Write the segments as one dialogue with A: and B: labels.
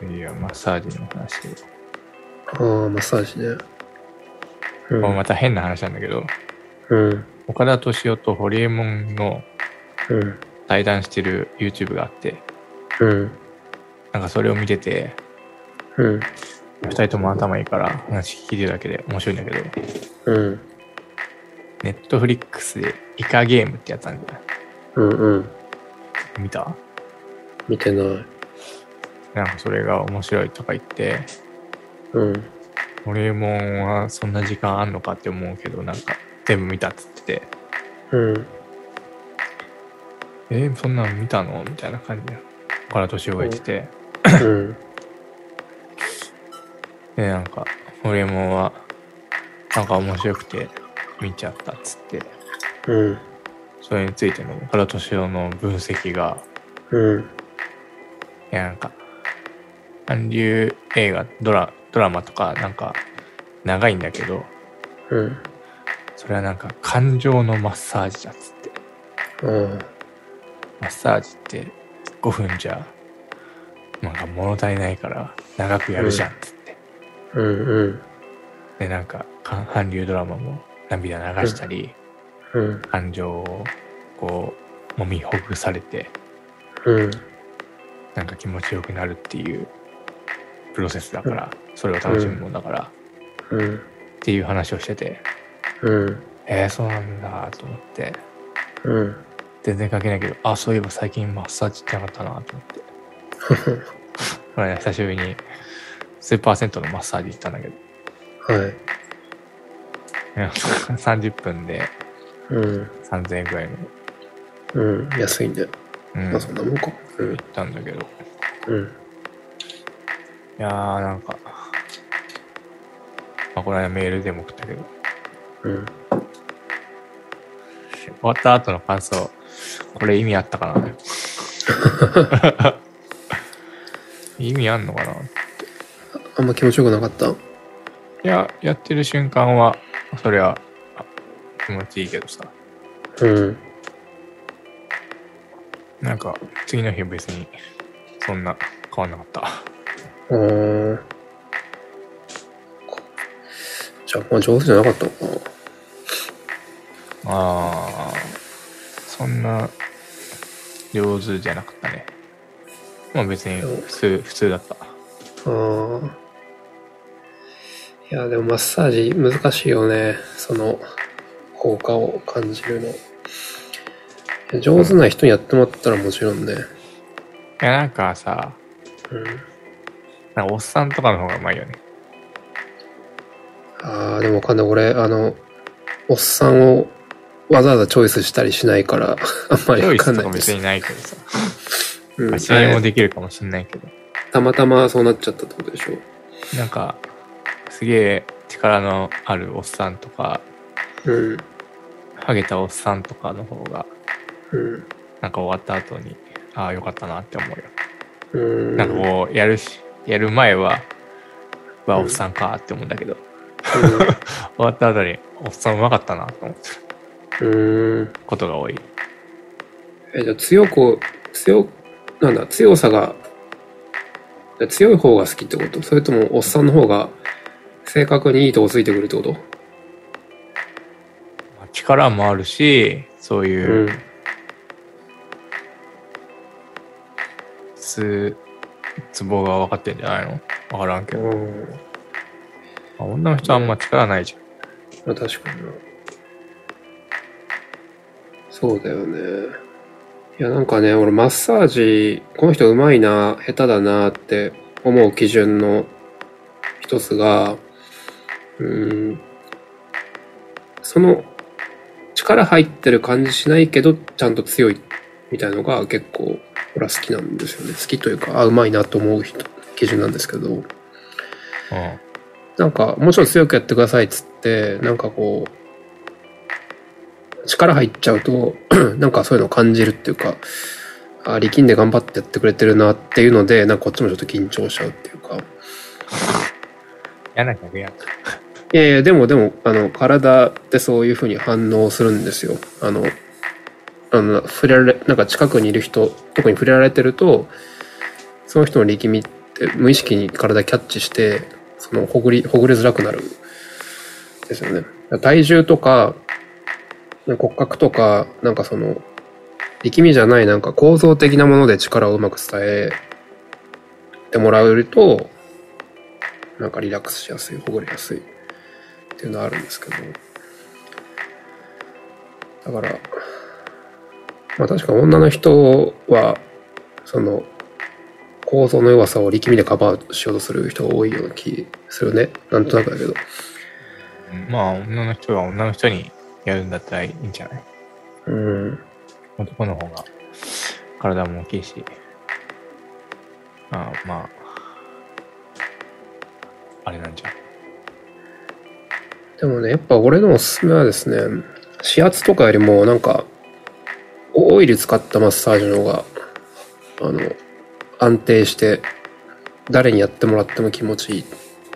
A: 次はマッサージの話で、
B: ああ、マッサージね。う。
A: もうんまた変な話なんだけど
B: うん。
A: 岡田敏夫とホリエモンの
B: うん。
A: 対談してる YouTube があって
B: うん。
A: なんかそれを見てて
B: うん。
A: 2人とも頭いいから話聞いてるだけで面白いんだけど
B: うん。
A: ネットフリックスでイカゲームってやつあるんだよ
B: うん。うん。
A: 見た
B: 見てない。
A: なんかそれが面白いとか言って
B: うん。
A: ホリエモンはそんな時間あんのかって思うけどなんか全部見たっつってて
B: うん。
A: えーそんなん見たのみたいな感じで岡田敏夫が言ってて
B: うん。
A: でなんかホリエモンはなんか面白くて見ちゃったっつって
B: うん。
A: それについての岡田敏夫の分析が
B: うん。
A: いやなんか韓流映画ドラドラマとかなんか長いんだけど
B: うん。
A: それはなんか感情のマッサージだっつって
B: うん。
A: マッサージって5分じゃなんか物足りないから長くやるじゃんっつって、
B: うん。うん。
A: でなんか韓韓流ドラマも涙流したり、
B: うん。
A: 感情をこう揉みほぐされて
B: うん。
A: なんか気持ちよくなるっていうプロセスだからそれを楽しむもんだから、
B: うん。
A: っていう話をしてて
B: うん。
A: えー、そうなんだと思って
B: うん。
A: 全然関係ないけどあそういえば最近マッサージ行ってなかったなと思ってこの間久しぶりに数パーセントのマッサージ行ったんだけど
B: はい。
A: いや30分で
B: うん。
A: 3000円ぐらいの、
B: うん。安いんで。
A: うん
B: まあそんなもんか。う
A: 行
B: ん
A: っ。たんだけどい
B: うん。
A: やーなんか、まあ、この間メールでも送ったけど
B: うん。
A: 終わった後の感想これ意味あったかな 意味あんのかない
B: あんま気持ちよくなかった
A: ややってる瞬間はそりゃあ気持ちいいけどさ
B: うん。
A: なんか次の日は別にそんな変わんなかった
B: あーじゃあ、まあ上手じゃなかったのかな。
A: あーそんな上手じゃなかったねまあ別に普通普通だった
B: ああ。いや、でもマッサージ難しいよね。その、効果を感じるの。上手な人にやってもらったらもちろんね。
A: いやなんかさ
B: うん。
A: なんかおっさんとかの方がうまいよね
B: ああ、でもわかんない。俺、あの、おっさんをわざわざチョイスしたりしないから、 あんま
A: チ
B: り
A: ョ
B: わ
A: イ
B: か
A: ス
B: ん
A: とか
B: ないで
A: 別
B: す。
A: にないけどさ
B: うん
A: まあ試合もできるかもしんないけど
B: たまたまそうなっちゃったってことでしょ。
A: なんかすげえ力のあるおっさんとか
B: うん。
A: ハゲたおっさんとかの方が
B: うん。
A: なんか終わった後にああよかったなって思うよ
B: うん。
A: なんかこうやるしやる前はうわ
B: うん
A: おっさんかーって思うんだけど、
B: うん
A: 終わった後におっさんうまかったなと思ってる
B: うーん。
A: ことが多い
B: え、じゃあ強く、強、なんだ、強さが、じゃあ強い方が好きってことそれともおっさんの方が正確にいいとこついてくるってこと
A: まあ力もあるしそう
B: う
A: いう。つツボが分かってんじゃないの分からんけど、
B: うん。
A: まあ女の人はあんま力ないじゃん
B: まあ確かにな。そうだよね。いやなんかね、俺マッサージ、この人うまいな、下手だなって思う基準の一つが、うーん、その力入ってる感じしないけど、ちゃんと強いみたいのが結構、俺は好きなんですよね。好きというか、あ、うまいなと思う人基準なんですけど。
A: うん
B: なんか、もちろん強くやってくださいっつって、なんかこう、力入っちゃうと、 なんかそういうのを感じるっていうか、あ力んで頑張ってやってくれてるなっていうので、なんかこっちもちょっと緊張しちゃうっていうか。
A: 嫌な客やん
B: いやいや、でもでも、あの、体ってそういうふうに反応するんですよ。あの、あの、触れられ、なんか近くにいる人、特に触れられてると、その人の力みって無意識に体キャッチして、そのほぐり、ほぐれづらくなるんですよね。だから体重とか、骨格とか、なんかその、力みじゃないなんか構造的なもので力をうまく伝えてもらうと、なんかリラックスしやすい、ほぐれやすいっていうのはあるんですけど。だから、まあ確か女の人は、その、構造の弱さを力みでカバーしようとする人が多いような気するね。なんとなくだけど。
A: まあ、女の人は女の人にやるんだったらいいんじゃない
B: うん。
A: 男の方が体も大きいし。ああまあ、あれなんじゃん。
B: でもね、やっぱ俺のおすすめはですね、指圧とかよりもなんか、オイル使ったマッサージの方が、あの、安定して、誰にやってもらっても気持ちいい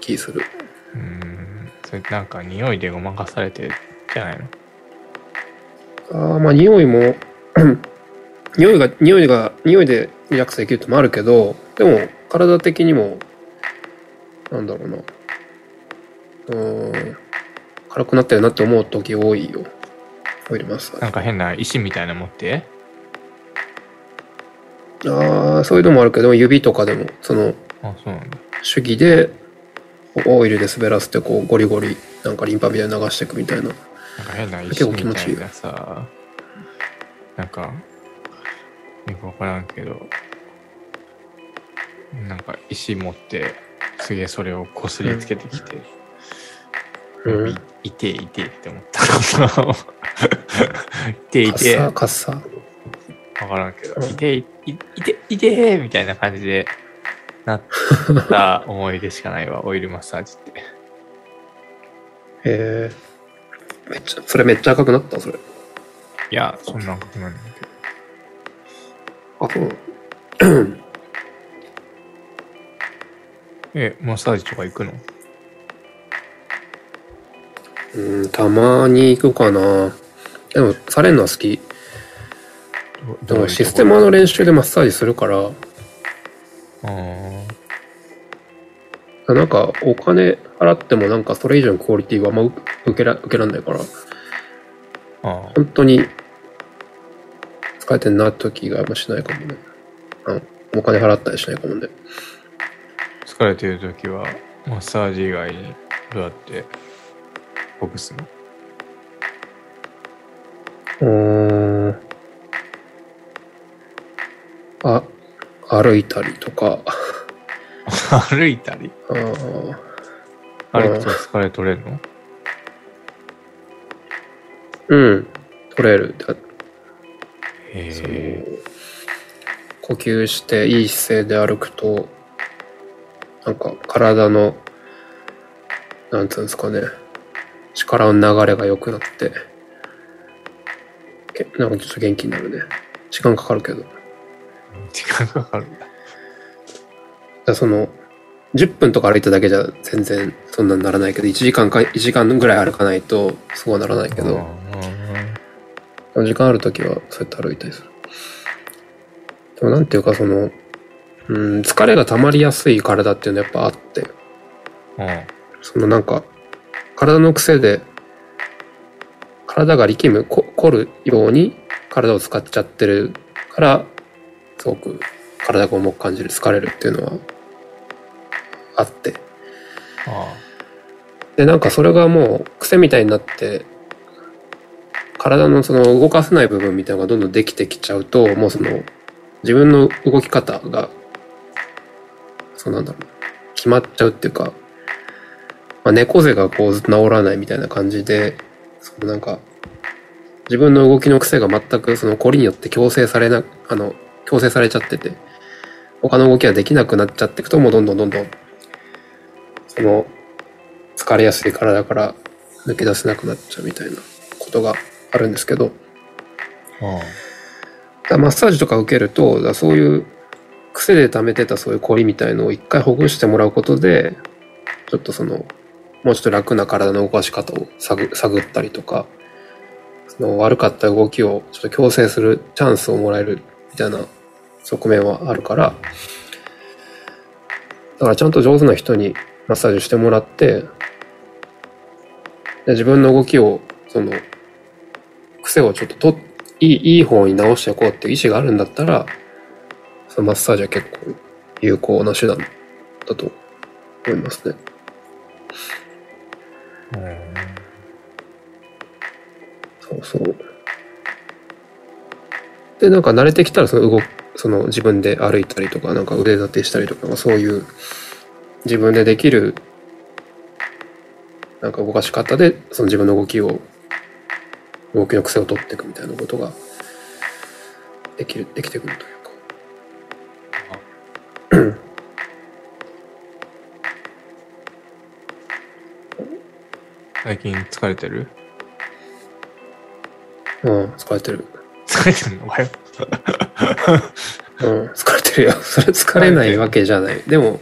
B: 気する。
A: うーん、それなんか匂いでごまかされてるじゃないの
B: ああ、まあ匂いも、 匂いが、匂いが、匂いでリラックスできるってのもあるけど、でも体的にも、なんだろうな。うーん、軽くなったよなって思う時多いよ。オイルマッサージ
A: なんか変な石みたいなの持って
B: ああ、そういうのもあるけど、指とかでも、その、
A: あ、そうなんだ。
B: 手技で、オイルで滑らせて、こう、ゴリゴリ、なんかリンパみたいに流していくみたいな。
A: なんか変な石
B: 結構
A: み
B: 気持
A: た
B: ちいい
A: いなさ、なんか、よくわからんけど、なんか石持って、すげえそれをこすりつけてきて、
B: うん。
A: いいてえいてえって思った。 いてえい
B: カッ
A: てえ、
B: サー、
A: わ
B: カッサー。
A: からんけど、
B: うん
A: いてえいいいていてえみたいな感じでなった思い出しかないわ、オイルマッサージって。
B: えー、めっちゃ、それめっちゃ赤くなった、それ。
A: いや、そんなことないんだけど。
B: あ、そう。
A: え、マッサージとか行くの
B: うん、たまに行くかな。でも、されるのは好き。でも、システマの練習でマッサージするから、
A: あー
B: なんか、お金払っても、なんか、それ以上のクオリティはあんま受けら、受けられないから。
A: あー。
B: 本当に使えてんなって時があんましないかもね。あのお金払ったりしないかもね。
A: 疲れてるときは、マッサージ以外にどうやってほぐすの
B: うーん。あ、歩いたりとか。
A: 歩いたり
B: あー
A: 歩くと疲れ取れるの
B: うん。トレイルだその
A: へ
B: 呼吸していい姿勢で歩くと、なんか体の、なんつうんですかね、力の流れが良くなって、けなんかちょっと元気になるね。時間かかるけど。だか
A: え。時間かかるんだ。
B: らその、10分とか歩いただけじゃ全然そんなにならないけど、1時間か、1時間ぐらい歩かないとそうはならないけど、時間あるときはそうやって歩いたりする。でもなんていうかその、うん、疲れが溜まりやすい体っていうのはやっぱあって、
A: うん。うん。
B: そのなんか、体の癖で、体が力む、こ凝るように体を使っちゃってるから、すごく体が重く感じる、疲れるっていうのはあって。
A: あ
B: で、なんかそれがもう癖みたいになって、体のその動かせない部分みたいなのがどんどんできてきちゃうと、もうその自分の動き方が、そうなんだろう、決まっちゃうっていうか、まあ、猫背がこうずっと治らないみたいな感じで、そのなんか、自分の動きの癖が全くその凝りによって強制されな、あの、強制されちゃってて、他の動きができなくなっちゃっていくと、もうどんどんどんどん、その疲れやすい体から抜け出せなくなっちゃうみたいなことがあるんですけど、
A: あ。ああ。
B: だからマッサージとか受けると、だからそういう癖で溜めてたそういう凝りみたいのを一回ほぐしてもらうことで、ちょっとその、もうちょっと楽な体の動かし方を探探ったりとか、その悪かった動きをちょっと強制するチャンスをもらえるみたいな側面はあるから、からちゃんと上手な人にマッサージしてもらって、で自分の動きを、その、癖をちょっとといい、いい方に直していこうっていう意思があるんだったら、そのマッサージは結構有効な手段だと思いますね。
A: うん
B: そうそう。で、なんか慣れてきたら、その動く、その自分で歩いたりとか、なんか腕立てしたりとか、そういう自分でできる、なんか動かし方で、その自分の動きを、動きの癖を取っていくみたいなことが、できる、できてくるというか。
A: 最近疲れてる
B: うん、疲れてる。
A: 疲れてるのかよ。
B: うん、疲れてるよ。 それ疲れないわけじゃない。でも、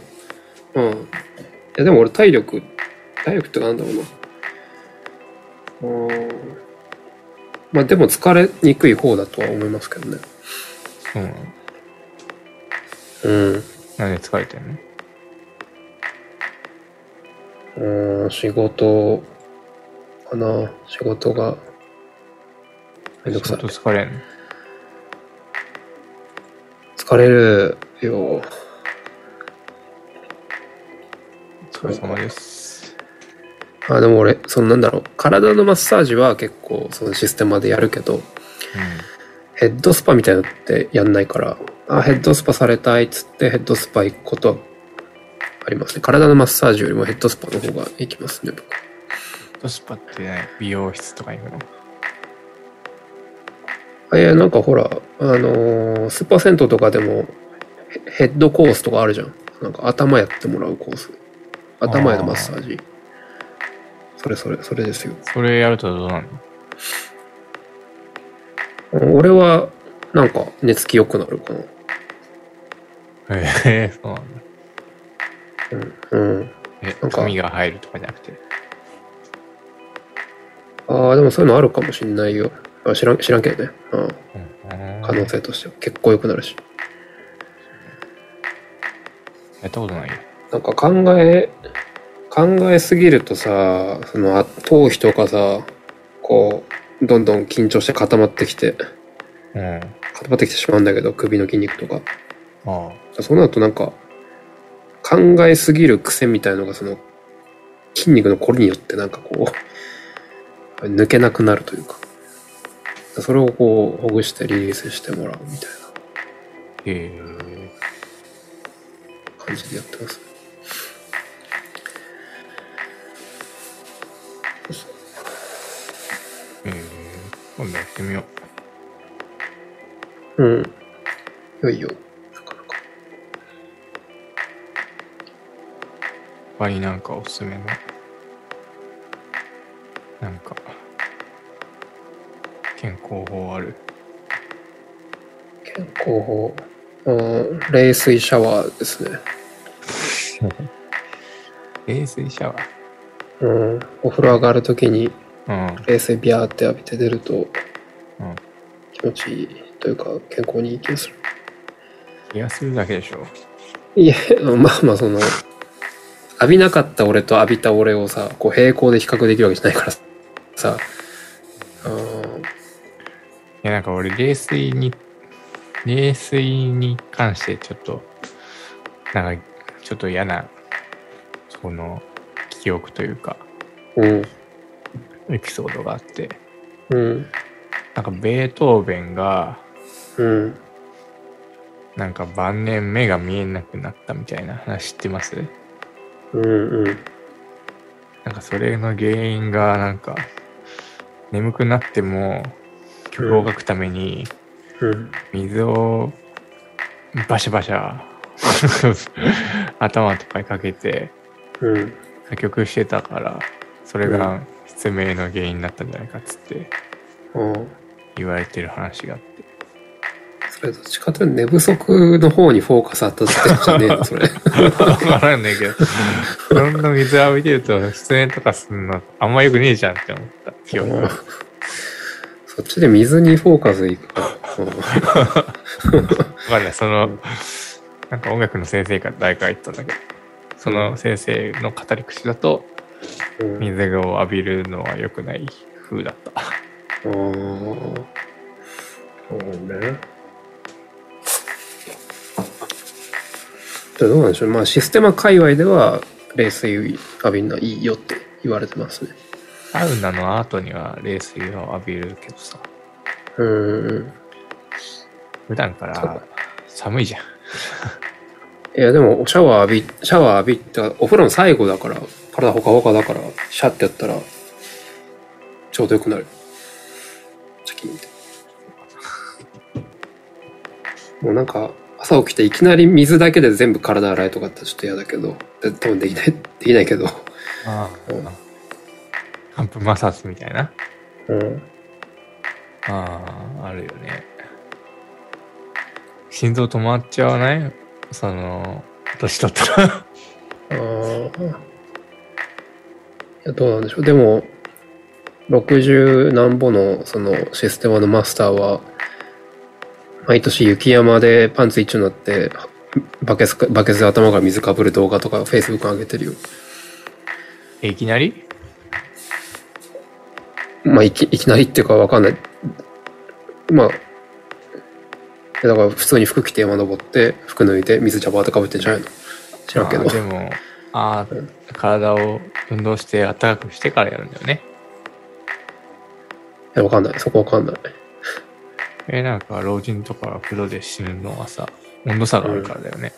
B: うん。いや、でも俺体力、体力ってなんだろうな。うん。まあでも疲れにくい方だとは思いますけどね。
A: うん。
B: うん。
A: 何で疲れてるの
B: うん、仕事かな。仕事が、めんどく
A: ちょ
B: さ
A: っ
B: い
A: と。疲れんの
B: 疲れるよ。
A: お疲れ様です。
B: あ、でも俺、そのなんだろう。体のマッサージは結構そのシステマでやるけど、ヘッドスパみたいなのってやんないから、あ、ヘッドスパされたいっつってヘッドスパ行くことはありますね。体のマッサージよりもヘッドスパの方が行きますね、僕。
A: うん。トスパってね、美容室とか行くの
B: あいや、なんかほら、あのースーパー銭湯とかでもヘヘッドコースとかあるじゃん。なんか頭やってもらうコース。頭へのマッサージ。それそれ、それですよ。
A: それやるとどうなるの
B: 俺は、なんか寝つき良くなるかな。
A: へえ、そうなんだ。
B: うん。
A: え
B: なんか、
A: 髪が入るとかじゃなくて。
B: ああ、でもそういうのあるかもしんないよ。あ知らん、知らんけどね。うん。
A: うん
B: 可能性としては。結構良くなるし。
A: やったことないよ。
B: なんか考え、考えすぎるとさ、そのあ頭皮とかさ、こう、どんどん緊張して固まってきて、
A: うん。
B: 固まってきてしまうんだけど、首の筋肉とか。
A: あ
B: そうなるとなんか、考えすぎる癖みたいのがその、筋肉のこりによってなんかこう、抜けなくなるというか。それをこう、ほぐしてリリースしてもらうみたい
A: あ。へえ。
B: な感じでやってます。
A: へえ。今度やってみよう。
B: うん。よいよ。なかなか。
A: 他になんかおすすめの。なんか、健康法ある。
B: 健康法。うん、冷水シャワーですね。
A: 冷水シャワー。
B: うん、お風呂上がるときに
A: うん。
B: 冷水ビャーって浴びて出ると
A: うん。
B: 気持ちいいというか健康にいい気がする。
A: 冷やするだけでしょ。
B: いや、まあまあその、浴びなかった俺と浴びた俺をさ、こう平行で比較できるわけじゃないからさ、う
A: い
B: ん、
A: や、なんか俺、冷水に、冷水に関してちょっと、なんか、ちょっと嫌な、その、記憶というか、
B: うん、
A: エピソードがあって、
B: うん、
A: なんか、ベートーベンが、
B: うん。
A: なんか晩年目が見えなくなったみたいな話知ってます
B: うんうん
A: なんかそれの原因がなんか眠くなっても曲を書くために
B: うん
A: 水をバシャバシ ャ頭とかにかけて
B: うん
A: 作曲してたからそれが失明の原因になったんじゃないかっつって
B: うん
A: 言われてる話があって
B: それどっちかというと寝不足の方にフォーカス当たってんじゃねえのそれ。
A: わからんねんけど、そんな水浴びてると、失恋とかすんの、あんま良くねえじゃんって思った、記憶が。
B: そっちで水にフォーカスいくか。
A: わかんない、その、なんか音楽の先生か誰かが言ったんだけど、その先生の語り口だと、
B: うん
A: 水を浴びるのは良くない風だった。
B: ああ。そうね。どうなんでしょう。まあ、システマ界隈では、冷水浴びるのはいいよって言われてますね。
A: サウナの後には冷水を浴びるけどさ、
B: うーん。
A: 普段から寒いじゃん。
B: いや、でも、シャワー浴び、シャワー浴びって、お風呂の最後だから、体ほかほかだから、シャってやったら、ちょうどよくなる。チャキンって。もうなんか、朝起きていきなり水だけで全部体洗いとかってちょっと嫌だけど、で多分できない、できないけど。
A: あ
B: うん
A: 寒風摩擦みたいな。
B: うん。
A: ああ、あるよね。心臓止まっちゃわないその、年取ったら。
B: ああ。いや、どうなんでしょう。でも、60何歩のそのシステマのマスターは、毎年雪山でパンツ一丁になって、バケツか、バケツで頭から水かぶる動画とか、Facebook 上げてるよ。
A: えいきなり
B: まあ、いき、いきなりっていうかわかんない。まあ、いやだから普通に服着て山登って、服脱いで水ジャバーってかぶってんじゃないの知らんけど
A: あー。でも、ああ、体を運動して暖かくしてからやるんだよね。
B: いやわかんない。そこわかんない。
A: え、なんか老人とかが風呂で死ぬのはさ、温度差があるからだよね。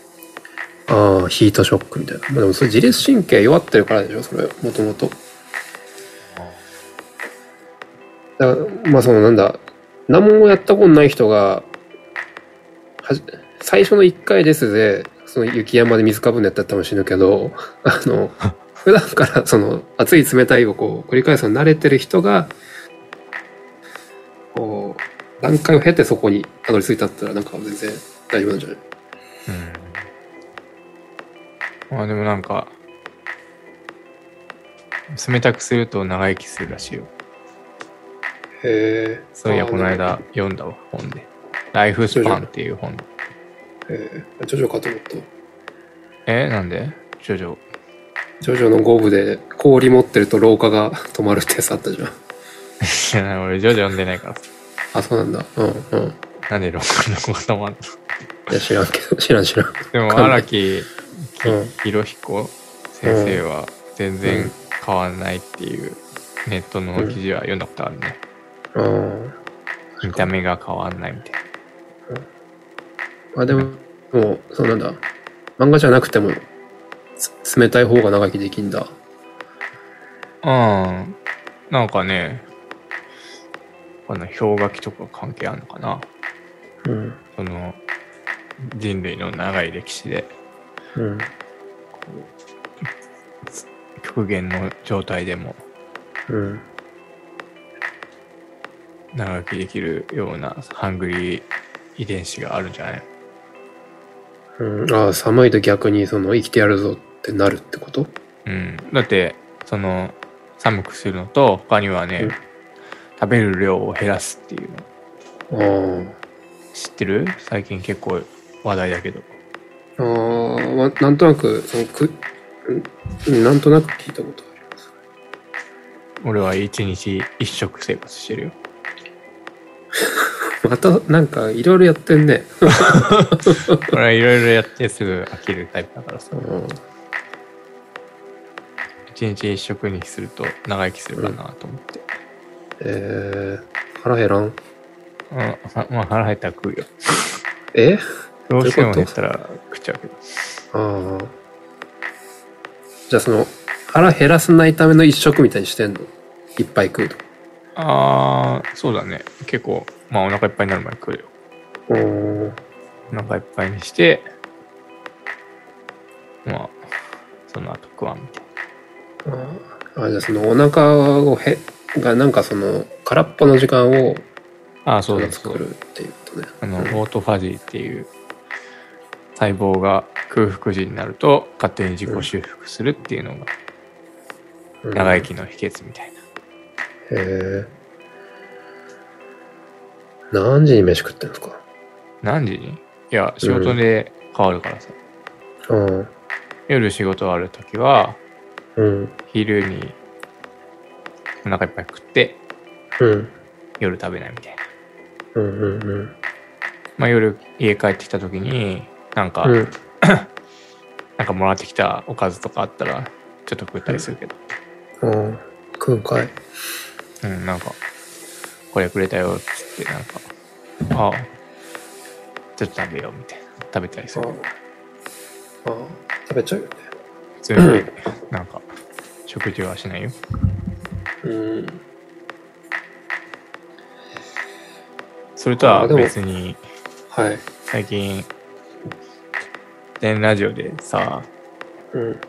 B: ああ、ヒートショックみたいな。まあ、でもそれ自律神経弱ってるからでしょ、それ、もともと。だからまあそのなんだ、何もやったことない人が、はじ最初の1回ですで、その雪山で水かぶんのやったら多分死ぬけど、 あの、普段からその熱い冷たいをこう繰り返すのに慣れてる人が、こう、段階を経てそこにたどり着いたったらなんか全然大丈夫なんじゃない
A: うん。まあでもなんか、冷たくすると長生きするらしいよ。
B: へえ。
A: そういや、
B: あー
A: この間読んだわ、本で。ライフスパンっていう本。
B: えー、ジョジョかと思った。
A: え、なんでジョジョ。
B: ジョジョの五部で氷持ってると廊下が止まるってやつあったじゃん。
A: いや、俺ジョジョ読んでないからさ。
B: あ、そうなんだ。うんうん。い
A: なんでロックの子が止まんの
B: や、知らんけど、知らん知らん。
A: でも
B: かんない
A: 荒木
B: うん。
A: 博彦先生は全然変わんないっていうネットの記事は読んだことあるね。
B: うん。
A: 見た目が変わんないみたいな。
B: まあでも、もう、そうなんだ。漫画じゃなくても、つ冷たい方が長生きできんだ。
A: うん。なんかね、この氷河期とか関係あるのかな
B: うん。
A: その人類の長い歴史で
B: うん。
A: 極限の状態でも
B: うん。
A: 長生きできるようなハングリー遺伝子があるんじゃない
B: うん、ああ、寒いと逆に、その、生きてやるぞってなるってこと
A: うん。だって、その寒くするのと他にはね、
B: うん
A: 食べる量を減らすっていうの
B: ああ。
A: 知ってる最近結構話題だけど。
B: ああ、まなんとなく、その、く、んなんとなく聞いたことあります。
A: 俺は一日一食生活してるよ。
B: また、なんか、いろいろやってんね。
A: 俺はいろいろやってすぐ飽きるタイプだからさ
B: う。ん。
A: 一日一食にすると長生きするかなと思って。
B: えー、腹減ら
A: う
B: ん。
A: ん、はまあ腹減ったら食うよ。
B: え
A: どうしても
B: どう
A: 減
B: いう
A: っ
B: こ
A: たら食っちゃうけど。
B: ああ。じゃあその、腹減らさないための一食みたいにしてんのいっぱい食うと。
A: ああ、そうだね。結構、まあお腹いっぱいになる前に食うよ。
B: おー
A: お腹いっぱいにして、まあ、その後食わんみたい
B: あーあ、じゃあそのお腹をへ、がなんかその、空っぽの時間を
A: な。ああ、そう
B: ち
A: で
B: ょっと
A: す。
B: 作るっていうことね。
A: あの、オートファジーっていう細胞が空腹時になると勝手に自己修復するっていうのが
B: うん
A: 長生きの秘訣みたいな。
B: へえ。何時に飯食ってんですか
A: 何時にいや、仕事で変わるからさ。
B: うん。
A: 夜仕事あるときは、
B: うん。
A: 昼にお腹いっぱい食って、
B: うん。
A: 夜食べないみたいな。
B: うん。うん。うん。
A: まあ夜家帰ってきたときに、なんか、
B: うん。
A: なんかもらってきたおかずとかあったら、ちょっと食ったりするけど。
B: ああ、食うんかい。
A: うん、なんか、これくれたよっつって、なんか、ああ、ちょっと食べようみたいな。食べたりす
B: あ
A: る
B: あ。。ああ、食べちゃうよね。
A: 普通に、なんか、食事はしないよ。
B: うん。
A: それとは
B: あでも
A: 別に、
B: はい。
A: 最近、全ラジオでさ、
B: うん。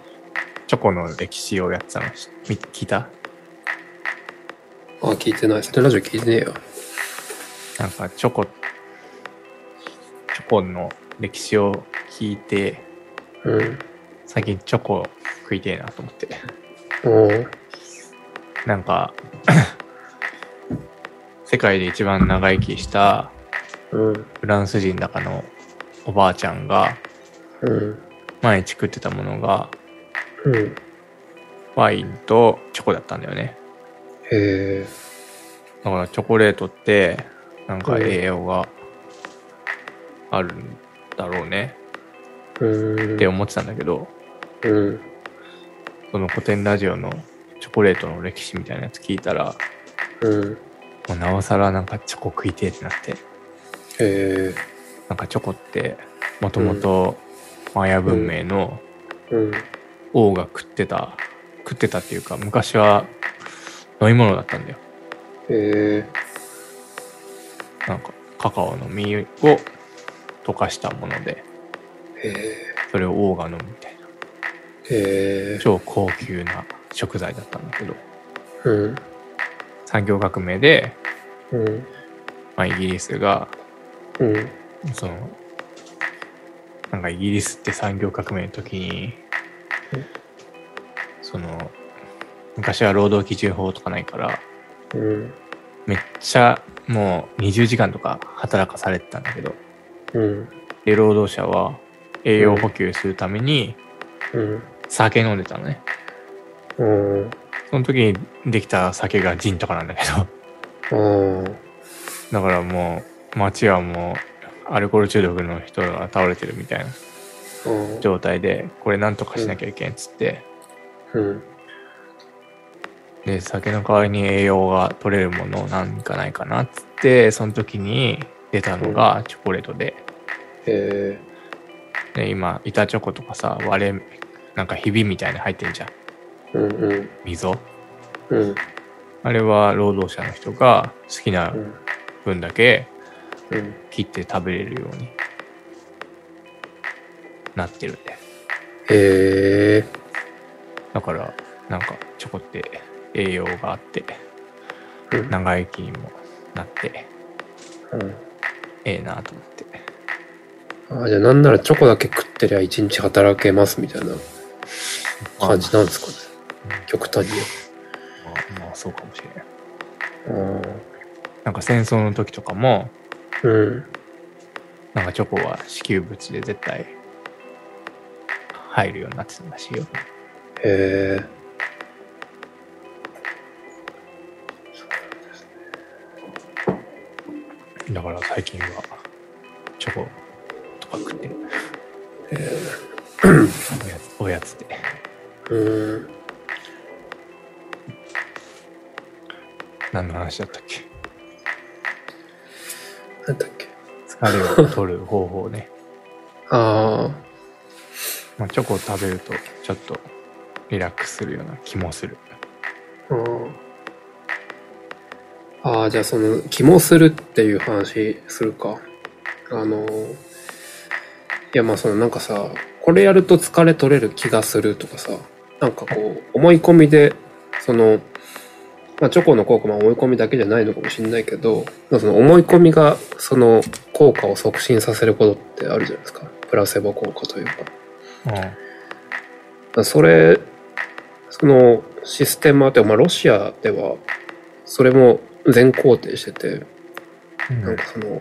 A: チョコの歴史をやってたのしみ聞いた
B: ああ、聞いてない。それラジオ聞いてねえよ。
A: なんかチョコ、チョコの歴史を聞いて、
B: うん。
A: 最近チョコ食いてえなと思って。
B: おー
A: なんか、 世界で一番長生きした
B: うん。
A: フランス人だかのおばあちゃんが
B: うん。
A: 毎日食ってたものが
B: うん。
A: ワインとチョコだったんだよね。
B: へえ。
A: だからチョコレートってなんか
B: うん
A: 栄養があるんだろうね
B: うん。
A: って思ってたんだけど、
B: うん。
A: その古典ラジオのチョコレートの歴史みたいなやつ聞いたら、
B: うん。
A: もうなおさらなんかチョコ食いてえってなって、
B: へえ。
A: なんかチョコってもともとマヤ文明の
B: うん。
A: 王が食ってた、食ってたっていうか昔は飲み物だったんだよ。
B: へえ。
A: なんかカカオの実を溶かしたもので、
B: へえ。
A: それを王が飲むみたいな、
B: へえ。
A: 超高級な食材だったんだけど、
B: うん。
A: 産業革命で、
B: うん。
A: まあ、イギリスが
B: うん。
A: その、なんかイギリスって産業革命の時に
B: うん、
A: その、昔は労働基準法とかないから、
B: うん。
A: めっちゃもう20時間とか働かされてたんだけど、
B: うん。
A: で、労働者は栄養補給するために
B: うん。
A: 酒飲んでたのね。
B: うん。
A: その時にできた酒がジンとかなんだけど、
B: あ
A: だからもう街はもうアルコール中毒の人が倒れてるみたいな
B: あ。ああ。
A: 状態で、これなんとかしなきゃいけんっつって、
B: うん。
A: で酒の代わりに栄養が取れるものなんかないかなっつってその時に出たのがチョコレートで,、
B: へえ。
A: で今板チョコとかさ割れなんかひびみたいに入ってんじゃん
B: うん。うん。
A: 溝
B: うん。
A: あれは労働者の人が好きな
B: うん。
A: 分だけ
B: うん。
A: 切って食べれるようになってるんで
B: へえ。
A: だからなんかチョコって栄養があって
B: うん。
A: 長生きにもなってええなと思って
B: あじゃあなんならチョコだけ食ってりゃ一日働けますみたいな感じなんですかね。極端に。
A: まあ、まあそうかもしれない
B: あ
A: なんか戦争の時とかも、
B: あうん。
A: なんかチョコは支給物で絶対入るようになってたらしいよ。
B: へえ。
A: だから最近はチョコとか食ってる。おやつおやつで。
B: うん。
A: 何の話だったっけ
B: なんだっけ。
A: 疲れを取る方法ね。
B: ああ。
A: まあ、チョコを食べるとちょっとリラックスするような気もする。
B: うんああ、じゃあその、気もするっていう話するか。あの、いやまあそのなんかさ、これやると疲れ取れる気がするとかさ、なんかこう、思い込みで、その、まあチョコの効果も思い込みだけじゃないのかもしれないけど、まあその思い込みがその効果を促進させることってあるじゃないですか。プラセボ効果というか。
A: うん。
B: それ、そのシステムあって、まあ、ロシアでは、それも全肯定してて、
A: うん
B: なんかその、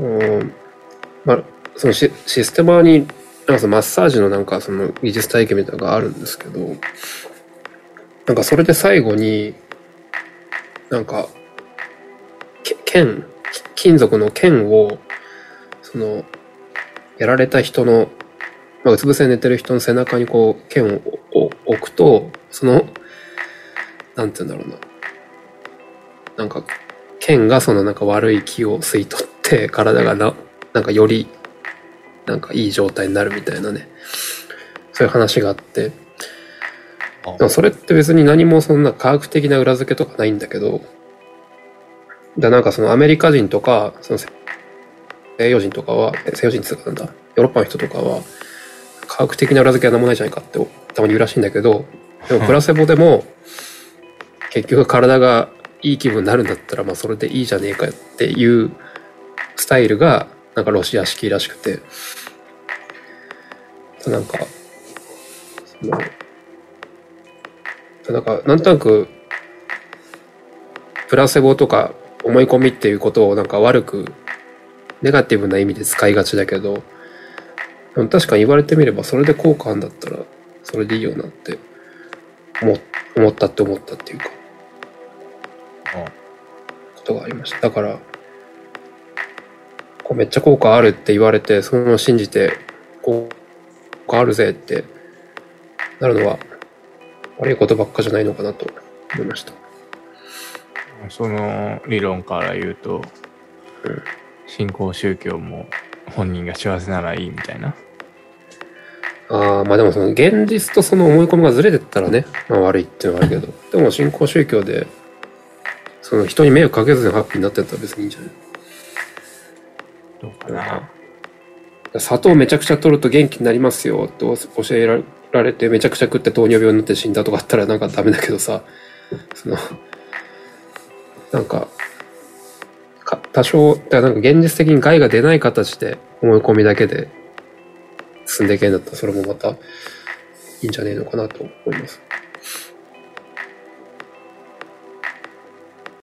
B: うん、まあ、そのシシステマになんかそのマッサージのなんかその技術体験みたいなのがあるんですけど、なんかそれで最後に、なんか、け剣、き金属の剣を、その、やられた人の、まあ、うつ伏せに寝てる人の背中にこう、剣をお置くと、その、なんて言うんだろうな。なんか、剣がそのなんか悪い気を吸い取って、体がな、なんかより、なんかいい状態になるみたいなね。そういう話があって。
A: あ
B: でもそれって別に何もそんな科学的な裏付けとかないんだけど、だなんかそのアメリカ人とか、その西洋人とかは、え西洋人っていうかなんだ、ヨーロッパの人とかは、科学的な裏付けは何もないじゃないかってたまに言うらしいんだけど、でもプラセボでも、結局体がいい気分になるんだったら、まあそれでいいじゃねえかっていうスタイルが、なんかロシア式らしくて、なんか、その、なんか、なんとなく、プラセボとか思い込みっていうことをなんか悪く、ネガティブな意味で使いがちだけど、でも確かに言われてみればそれで効果あんだったら、それでいいよなって思、思ったって思ったっていうか、ことがありました。だから、こうめっちゃ効果あるって言われて、そのまま信じて、効果あるぜってなるのは、悪いことばっかじゃないのかなと思いました。
A: その理論から言うと、
B: うん
A: 信仰宗教も本人が幸せならいいみたいな。
B: ああ、まあでもその現実とその思い込みがずれてったらね、まあ悪いっていうのはあるけど、でも信仰宗教で、その人に迷惑かけずにハッピーになってったら別にいいんじゃない
A: どうかな。
B: 砂糖めちゃくちゃ取ると元気になりますよって教えられてめちゃくちゃ食って糖尿病になって死んだとかあったらなんかダメだけどさそのなんかか多少だからなんか現実的に害が出ない形で思い込みだけで進んでいけんだったらそれもまたいいんじゃねえのかなと思います